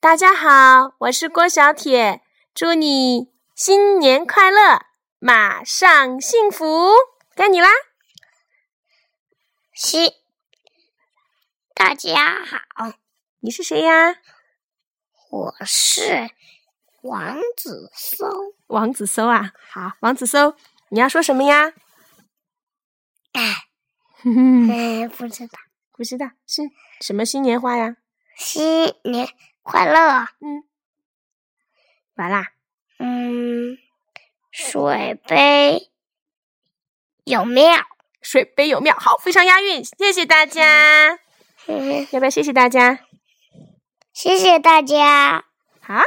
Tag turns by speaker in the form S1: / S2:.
S1: 大家好，我是郭小铁，祝你新年快乐，马上幸福，该你啦！
S2: 西，大家好，
S1: 你是谁呀？
S2: 我是王子松。
S1: 王子搜啊，好，王子搜，你要说什么呀？
S2: 哎，哎不知道。
S1: 不知道是什么新年话呀？
S2: 新年快乐。
S1: 嗯，完啦，
S2: 嗯，水杯有没有？
S1: 水杯有妙，好，非常押韵，谢谢大家，
S2: 嗯，
S1: 要不要谢谢大家？
S2: 谢谢大家。
S1: 啊？